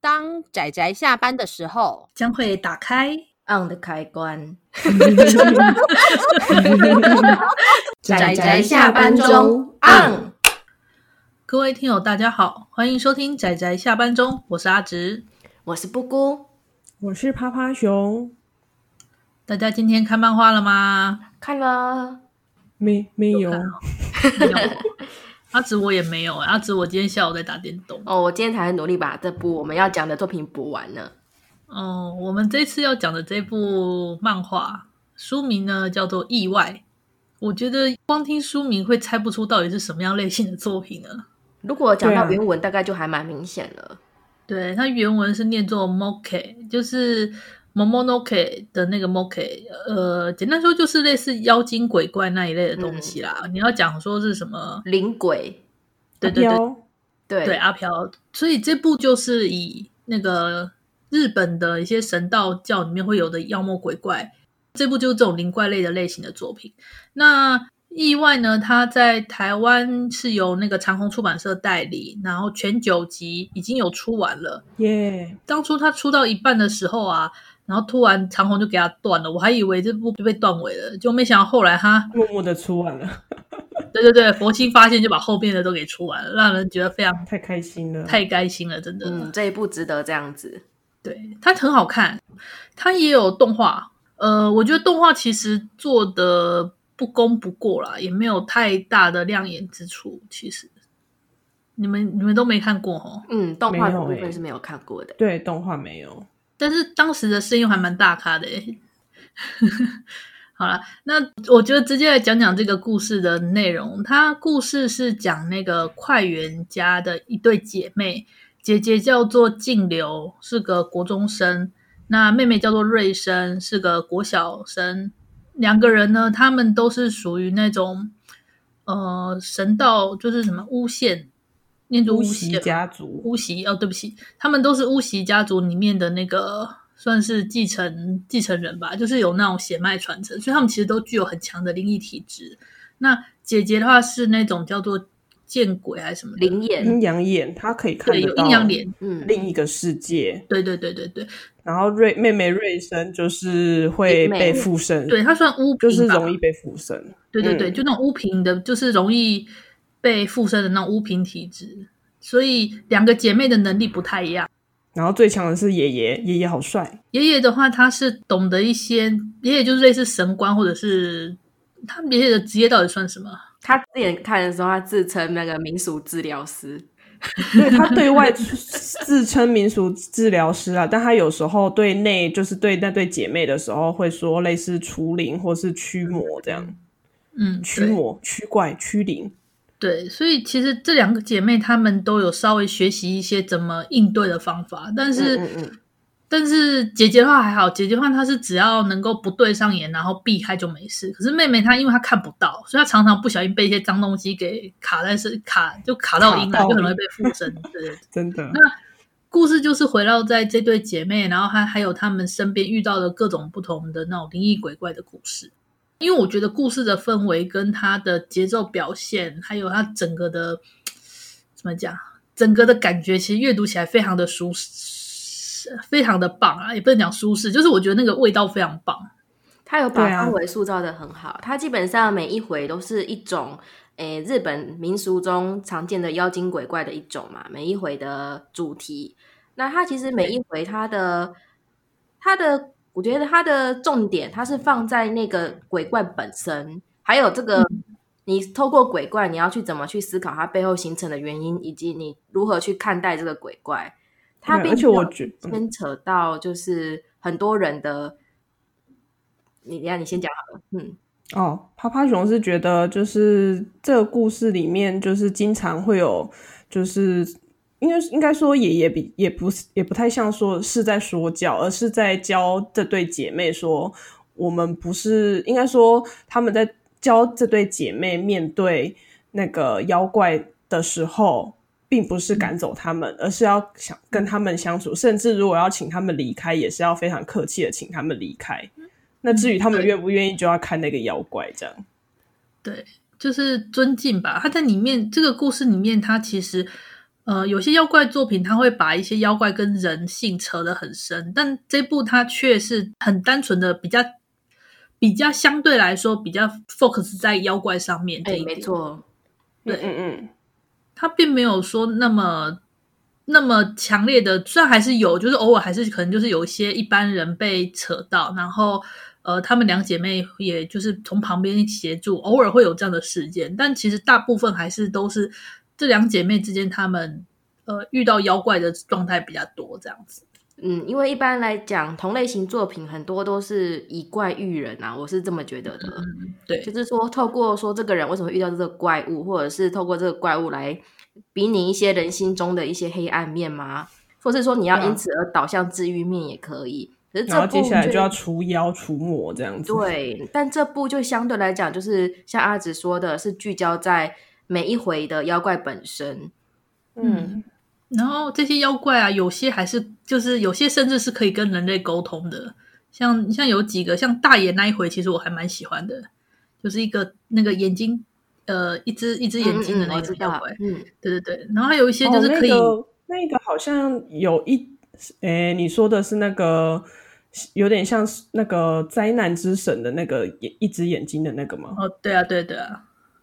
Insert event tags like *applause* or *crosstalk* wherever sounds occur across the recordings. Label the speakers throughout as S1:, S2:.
S1: 当仔仔下班的时候，
S2: 将会打开。
S3: on 的开关。
S1: 宅宅
S3: 仔仔
S1: 下
S3: 下
S1: 班
S3: 班
S1: 中
S3: 中 on。
S2: 各位听友，大家好，欢迎收听仔仔下班中，我是阿直。
S3: 我是布姑，
S4: *laughs* 我是趴趴熊，
S2: 大家今天看漫画了吗？
S3: 看了
S4: 没没有，
S2: 没有，阿直我也没有。欸阿直我今天下午在打电动。
S3: 哦，我今天才很努力把这部我们要讲的作品补完呢。
S2: 嗯，我们这次要讲的这部漫画书名呢叫做《意外》。我觉得光听书名会猜不出到底是什么样类型的作品呢。
S3: 如果讲到
S4: 对啊
S3: 原文，大概就还蛮明显了。
S2: 对，它原文是念作 moke，就是 momonoke 的那个 moke，呃，简单说就是类似妖精鬼怪那一类的东西啦。你要讲说是什么？
S3: 灵鬼，
S2: 对对对
S4: 阿飘
S3: 对
S2: 对，啊阿飘。所以这部就是以那个日本的一些神道教里面会有的妖魔鬼怪，这部就是这种灵怪类的类型的作品。那意外呢，它在台湾是由那个长虹出版社代理，然后全九集已经有出完了。
S4: 耶，
S2: 当初他出到一半的时候啊，然后突然长虹就给他断了，我还以为这部就被断尾了，就没想到后来他，
S4: 默默的出完了， *laughs*
S2: 对对对，佛心发现就把后面的都给出完了，让人觉得非常
S4: 太开心了，
S2: 太开心了，真的。
S3: 嗯，这一部值得这样子。
S2: 对，它很好看，它也有动画。呃，我觉得动画其实做的不功不过啦，也没有太大的亮眼之处。其实你们你们都没看过哦，
S3: 嗯，动画的部
S4: 没有欸
S3: 分是没有看过的。
S4: 对动画没有，
S2: 但是当时的声优还蛮大咖的耶。 *laughs* 好了，那我觉得直接来讲讲这个故事的内容。它故事是讲那个快原家的一对姐妹，姐姐叫做静流，是个国中生；那妹妹叫做瑞生，是个国小生。两个人呢，他们都是属于那种呃神道，就是什么巫县，念作巫
S4: 巫
S2: 县
S4: 习
S2: 吧
S4: 家族，
S2: 巫习哦，对不起，他们都是巫习家族里面的那个算是继承继承人吧，就是有那种血脉传承，所以他们其实都具有很强的灵异体质。那姐姐的话是那种叫做见鬼还是什么的
S3: 灵眼，
S4: 阴阳眼，他可以看
S2: 对，有
S4: 得到嗯
S2: 阴阳脸，
S3: 嗯，
S4: 另一个世界。
S2: 对对对对对
S4: 然后瑞妹妹瑞生就是会
S3: 妹妹
S4: 被附身，
S2: 对，她算巫
S4: 就是
S2: 平吧，
S4: 容易被附身，
S2: 对对对，
S4: 嗯
S2: 就那种巫平的，就是容易被附身的那种巫平体质，所以两个姐妹的能力不太一样。
S4: 然后最强的是爷爷，爷爷好帅，
S2: 爷爷的话，他是懂得一些，爷爷就是类似神官或者是他爷爷的职业到底算什么？
S3: 他之前看的时候，他自称那个民俗治疗师。
S4: *laughs* 对他对外自称民俗治疗师啊，但他有时候对内就是对那对姐妹的时候会说类似除灵或是驱魔这样。
S2: 嗯，
S4: 驱
S2: 对
S4: 魔、驱怪、驱灵，
S2: 对，所以其实这两个姐妹她们都有稍微学习一些怎么应对的方法，但是、
S4: 嗯嗯嗯
S2: 但是姐姐的话还好，姐姐的话她是只要能够不对上眼，然后避开就没事。可是妹妹她因为她看不到，所以她常常不小心被一些脏东西给卡在身，卡就卡到阴
S4: 卡
S2: 了，
S4: 到
S2: 就很容易被附身。对对对。
S4: 真的
S2: 故事就是围绕在这对姐妹，然后还还有她们身边遇到的各种不同的那种灵异鬼怪的故事。因为我觉得故事的氛围跟它的节奏表现，还有它整个的怎么讲，整个的感觉，其实阅读起来非常的舒适，非常的棒啊！也不能讲舒适，就是我觉得那个味道非常棒。
S3: 他有把
S4: 对啊
S3: 氛围塑造的很好，他基本上每一回都是一种，诶、日本民俗中常见的妖精鬼怪的一种嘛，每一回的主题。那他其实每一回他的他的，我觉得他的重点，他是放在那个鬼怪本身，还有这个、
S4: 嗯
S3: 你透过鬼怪，你要去怎么去思考它背后形成的原因，以及你如何去看待这个鬼怪。他
S4: 对
S3: 并
S4: 而且
S3: 没有
S4: 我觉嗯
S3: 牵扯到就是很多人的，你你看你先讲好了，嗯，
S4: 哦。趴趴熊是觉得，就是这个故事里面，就是经常会有，就是应该应该说爷爷比也不是也不太像说是在说教，而是在教这对姐妹说，我们不是应该说他们在教这对姐妹面对那个妖怪的时候，并不是赶走他们，而是要想跟他们相处，甚至如果要请他们离开，也是要非常客气的请他们离开。那至于他们
S2: 对
S4: 愿不愿意，就要看那个妖怪这样。
S2: 对，就是尊敬吧。他在里面这个故事里面，他其实呃，有些妖怪作品它会把一些妖怪跟人性扯得很深，但这部它却是很单纯的比较。比较相对来说比较 focus 在妖怪上面这
S3: 哎、
S2: 一
S3: 没
S2: 点，
S3: 错，
S2: 对
S4: 嗯嗯
S2: 他并没有说那么那么强烈的，虽然还是有，就是偶尔还是可能就是有一些一般人被扯到，然后呃，她们两姐妹也就是从旁边协助，偶尔会有这样的事件，但其实大部分还是都是这两姐妹之间她们呃遇到妖怪的状态比较多这样子。
S3: 嗯，因为一般来讲，同类型作品很多都是以怪喻人啊，我是这么觉得的。
S4: 嗯
S2: 对，
S3: 就是说，透过说这个人为什么会遇到这个怪物，或者是透过这个怪物来比拟一些人心中的一些黑暗面吗？或是说你要
S4: 对啊
S3: 因此而导向治愈面也可以。可是
S4: 然
S3: 这
S4: 后
S3: 部
S4: 接下来
S3: 就
S4: 就要除妖除魔这样子。，
S3: 对，但这部就相对来讲，就是像阿紫说的，是聚焦在每一回的妖怪本身。
S4: 嗯，
S2: 然后这些妖怪啊，有些还是就是有些甚至是可以跟人类沟通的，像像有几个像大爷那一回，其实我还蛮喜欢的，就是一个那个眼睛呃一只一只眼睛的
S3: 嗯嗯
S2: 那
S3: 我
S2: 个
S3: 知
S2: 妖
S3: 道
S2: 怪，，
S3: 嗯，
S2: 对对对，然后还有一些就是可以、
S4: 哦那个、那个好像有一，诶、你说的是那个有点像是那个灾难之神的那个眼一只眼睛的那个吗？
S2: 哦，对啊对对啊，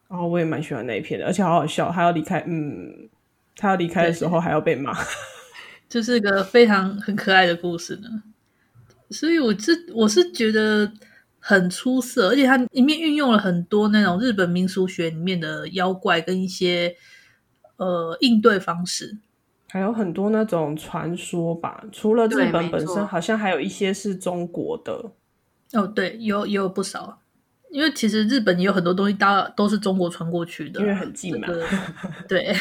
S4: 然后我也蛮喜欢那一片的，而且好好笑。他要离开，嗯，他要离开的时候还要被骂。
S2: 就是个非常很可爱的故事呢。所以我是我是觉得很出色，而且它里面运用了很多那种日本民俗学里面的妖怪跟一些呃应对方式。
S4: 还有很多那种传说吧，除了日
S3: 对
S4: 本
S3: 没
S4: 本
S3: 错
S4: 身，好像还有一些是中国的。
S2: 哦，对，有也有不少，因为其实日本也有很多东西大都是中国传过去的啦，
S4: 因为很近嘛
S2: 这个。对，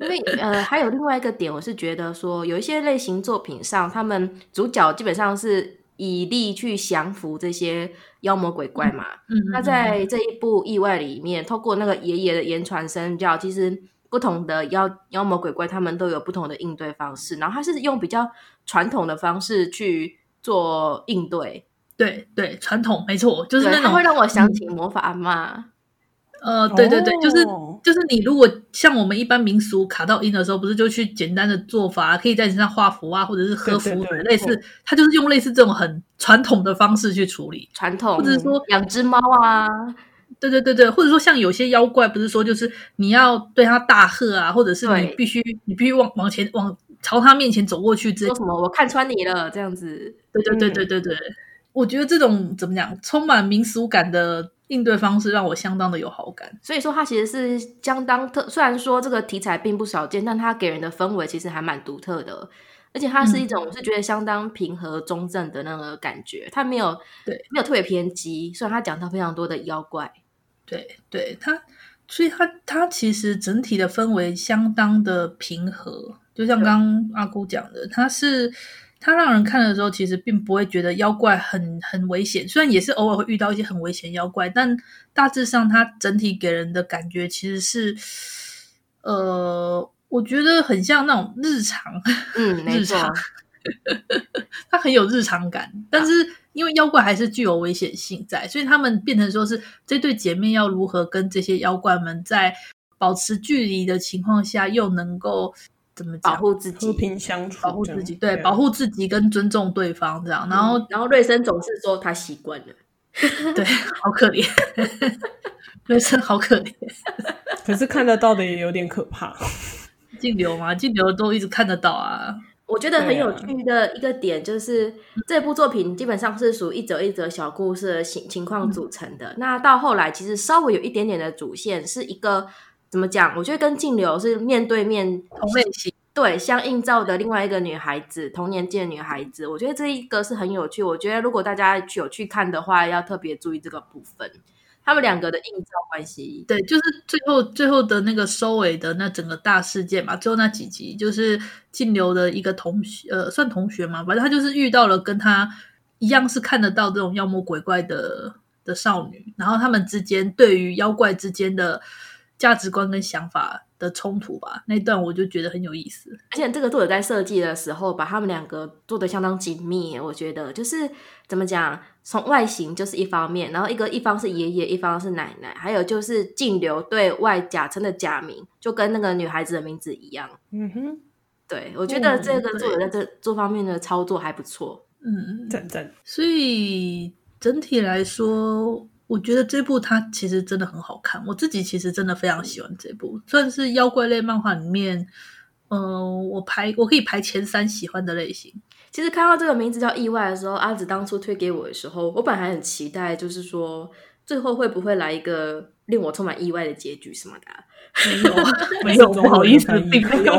S3: 因为呃，还有另外一个点，我是觉得说，有一些类型作品上，他们主角基本上是以力去降服这些妖魔鬼怪嘛。
S2: 嗯，
S3: 那在这一部意外里面，透过那个爷爷的言传身教，其实不同的妖妖魔鬼怪他们都有不同的应对方式，然后他是用比较传统的方式去做应对，
S2: 对对传统没错，就是
S3: 对
S2: 那
S3: 它会
S2: 种嗯
S3: 让我想起魔法阿妈。
S2: 呃，对对对，就是
S4: 哦
S2: 就是你如果像我们一般民俗卡到音的时候，不是就去简单的做法，啊可以在你身上画符啊，或者是喝
S4: 对
S2: 符
S4: 对
S2: 水，
S4: 对
S2: 类似，他就是用类似这种很传统的方式去处理。
S3: 传统，
S2: 或者说
S3: 养只猫啊，
S2: 对对对对，或者说像有些妖怪，不是说就是你要对他大喝啊，或者是你
S3: 对
S2: 必须你必须往往前往朝他面前走过去之类
S3: 说什么我看穿你了这样子，
S2: 对对对
S4: 嗯
S2: 对对对，我觉得这种怎么讲，充满民俗感的应对方式让我相当的有好感。
S3: 所以说它其实是相当特，虽然说这个题材并不少见，但它给人的氛围其实还蛮独特的，而且它是
S2: 嗯
S3: 一种我是觉得相当平和中正的那个感觉，它没有
S2: 对
S3: 没有特别偏激，虽然它讲到非常多的妖怪，
S2: 对对，它所以它它其实整体的氛围相当的平和，就像刚刚阿姑讲的，它是它让人看的时候，其实并不会觉得妖怪很很危险，虽然也是偶尔会遇到一些很危险妖怪，但大致上它整体给人的感觉其实是，呃，我觉得很像那种日常。
S3: 嗯，没
S2: 日
S3: 错，
S2: 常它很有日常感，但是因为妖怪还是具有危险性在，所以他们变成说是这对姐妹要如何跟这些妖怪们在保持距离的情况下，又能够怎么
S3: 保
S2: 讲
S3: 护自己
S4: 和。平相处，
S2: 保护自己，
S4: 这样
S2: 对，保护自己跟尊重对方这样，然后
S3: 嗯然后瑞生总是说他习惯了，
S2: 对，好可怜， *laughs* 人生好可怜，
S4: 可是看得到的也有点可怕。
S2: 净流嘛，净流都一直看得到啊，
S3: 我觉得很
S4: 对
S3: 有
S4: 啊嗯
S3: 趣的一个点就是，这部作品基本上是属于一则一则小故事的情情
S4: 嗯
S3: 况组成的。那到后来，其实稍微有一点点的主线，是一个怎么讲？我觉得跟静流是面对面
S2: 同类型，
S3: 对相映照的另外一个女孩子，同年纪的女孩子。我觉得这一个是很有趣。我觉得如果大家去有去看的话，要特别注意这个部分，他们两个的映照关系。
S2: 对，就是最后最后的那个收尾的那整个大事件嘛，最后那几集就是静流的一个同学，呃，算同学嘛，反正他就是遇到了跟他一样是看得到这种妖魔鬼怪的的少女，然后他们之间对于妖怪之间的价值观跟想法的的冲突吧，那一段我就觉得很有意思。
S3: 而且这个作者在设计的时候，把他们两个做的相当紧密，我觉得就是怎么讲，从外形就是一方面，然后一个一方是爷爷，一方是奶奶，还有就是净流对外假称的假名，就跟那个女孩子的名字一样。
S4: 嗯哼，
S3: 对我觉得这个
S2: 嗯
S3: 作者在这这方面的操作还不错。
S2: 嗯，
S4: 赞赞，
S2: 所以整体来说，我觉得这部它其实真的很好看，我自己其实真的非常喜欢这部，算是妖怪类漫画里面，嗯、我排我可以排前三喜欢的类型。
S3: 其实看到这个名字叫意外的时候，阿紫当初推给我的时候，我本来很期待，就是说最后会不会来一个令我充满意外的结局什么的啊、
S4: 没
S2: *laughs* 没
S4: 有
S2: 有
S4: 中
S2: 不好
S4: 文
S2: 意
S4: 的
S2: 思
S4: 翻译
S2: 并没 *laughs* 有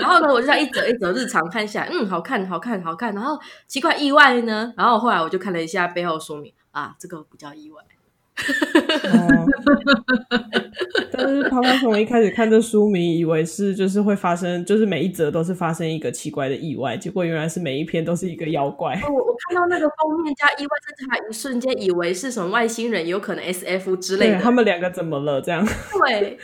S3: 然后呢，我就在一则一则日常看下来，嗯，好看，好看，好看。然后奇怪意外呢，然后后来我就看了一下背后说明啊，这个不叫意外。
S4: 哦，但是泡泡熊一开始看这书名，以为是就是会发生，就是每一则都是发生一个奇怪的意外，结果原来是每一篇都是一个妖怪。
S3: 哦我我看到那个封面加意外，甚至还一瞬间以为是什么外星人，有可能 S F 之类
S4: 对
S3: 的。
S4: 他们两个怎么了？这样 *laughs*
S3: 对，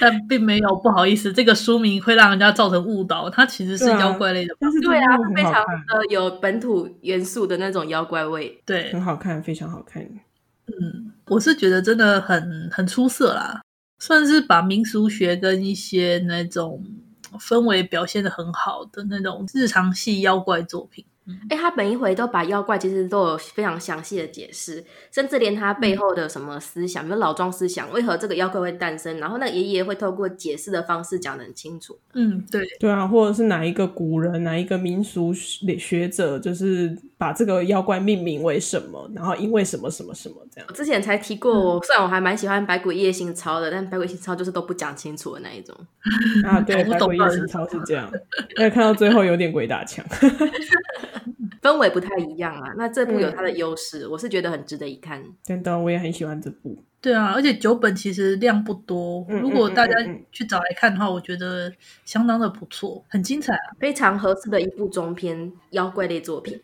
S2: 但并没有不好意思，这个书名会让人家造成误导，它其实是
S4: 对啊
S2: 妖怪类的，
S4: 但是
S3: 对啊，
S4: 真的
S3: 非
S4: 很
S3: 常
S4: 好看，
S3: 的有本土元素的那种妖怪味。
S2: 对，
S4: 很好看，啊非常好看。
S2: 嗯，我是觉得真的很很出色啦，算是把民俗学跟一些那种氛围表现的很好的那种日常系妖怪作品。
S3: 哎，他每一回都把妖怪其实都有非常详细的解释，甚至连他
S4: 嗯
S3: 背后的什么思想，比如老庄思想，为何这个妖怪会诞生，然后那个爷爷会透过解释的方式讲得很清楚。
S2: 嗯，对，
S4: 对啊，或者是哪一个古人、哪一个民俗学学者，就是把这个妖怪命名为什么，然后因为什么什么什么这样
S3: 我。之前才提过，我虽然我还蛮喜欢百鬼夜行抄的，但百鬼夜行抄就是都不讲清楚的那一种。
S4: 啊，
S2: 搞
S4: 对，
S2: 不
S4: 百
S2: 懂
S4: 鬼
S2: 到
S4: 夜
S2: 底
S4: 行
S2: 是
S4: 超是这样，而且看到最后有点鬼打墙。
S3: 氛围不太一样啊。那这部有它的优势，我是觉得很值得一看。
S4: 真的，我也很喜欢这部。
S2: 对啊，而且九本其实量不多，
S4: 嗯
S2: 如果大家
S4: 嗯嗯嗯
S2: 去找来看的话，我觉得相当的不错，很精彩啊。
S3: 非常合适的一部中篇妖怪类作品，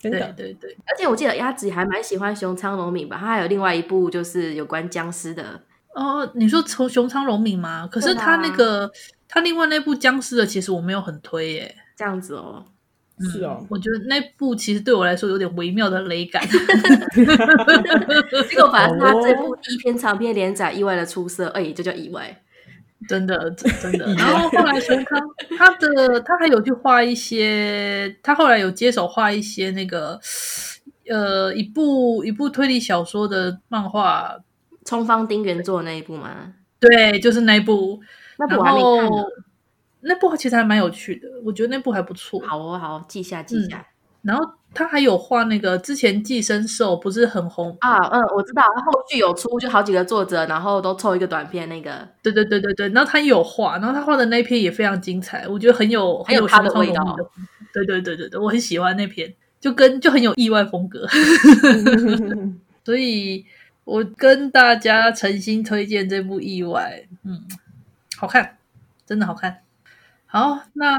S4: 真
S2: 对
S4: 的，
S2: 对对，
S3: 而且我记得鸭子还蛮喜欢熊仓龙敏吧，他还有另外一部就是有关僵尸的，
S2: 哦，你说从熊仓龙敏吗？可是
S3: 对
S2: 他
S3: 啊
S2: 那个、他另外那部僵尸的，其实我没有很推耶、
S3: 这样子哦。
S4: 是
S3: *laughs*
S4: 哦，
S2: 我觉得那部其实对我来说有点微妙的雷感。 *laughs*
S3: 这个反而是他
S4: 哦
S3: 这部第一篇长篇连载意外的出色，哎、这就叫意外。
S2: 真的，真真
S4: *laughs*
S2: 的
S4: 意。
S2: 然后后来熊康他的他还有去画一些，他后来有接手画一些那个呃一部一部推理小说的漫画，
S3: 冲方丁原作的那一部吗？
S2: 对，就是那一部。
S3: 那部
S2: 然
S3: 我还没看呢
S2: 后。那部其实还蛮有趣的，我觉得那部还不错。
S3: 好哦，好哦，记下记下、
S2: 然后他还有画那个之前《寄生兽》不是很红，
S3: 啊，嗯，我知道，他后续有出就好几个作者，然后都凑一个短片那个。
S2: 对对对对对，然后他也有画，然后他画的那篇也非常精彩，我觉得很有
S3: 很有
S2: 有
S3: 他
S2: 熊
S3: 的
S2: 仓
S3: 味
S2: 龙
S3: 道
S2: 的。对对对对对，我很喜欢那篇，就跟就很有意外风格，所以我跟大家诚心推荐这部《意外》，嗯，好看，真的好看。好，那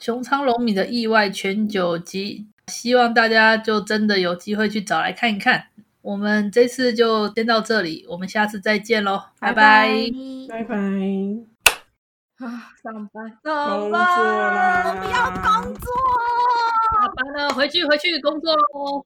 S2: 熊仓龙米的《意外》全九集，希望大家就真的有机会去找来看一看。我们这次就先到这里，我们下次再见喽，拜拜
S4: 拜拜。
S3: *sighs* 啊，上班，
S4: 工
S3: 上
S4: 作
S3: 班。
S4: 啦！
S1: 我们要工作。
S2: 下班了，回去回去工作喽。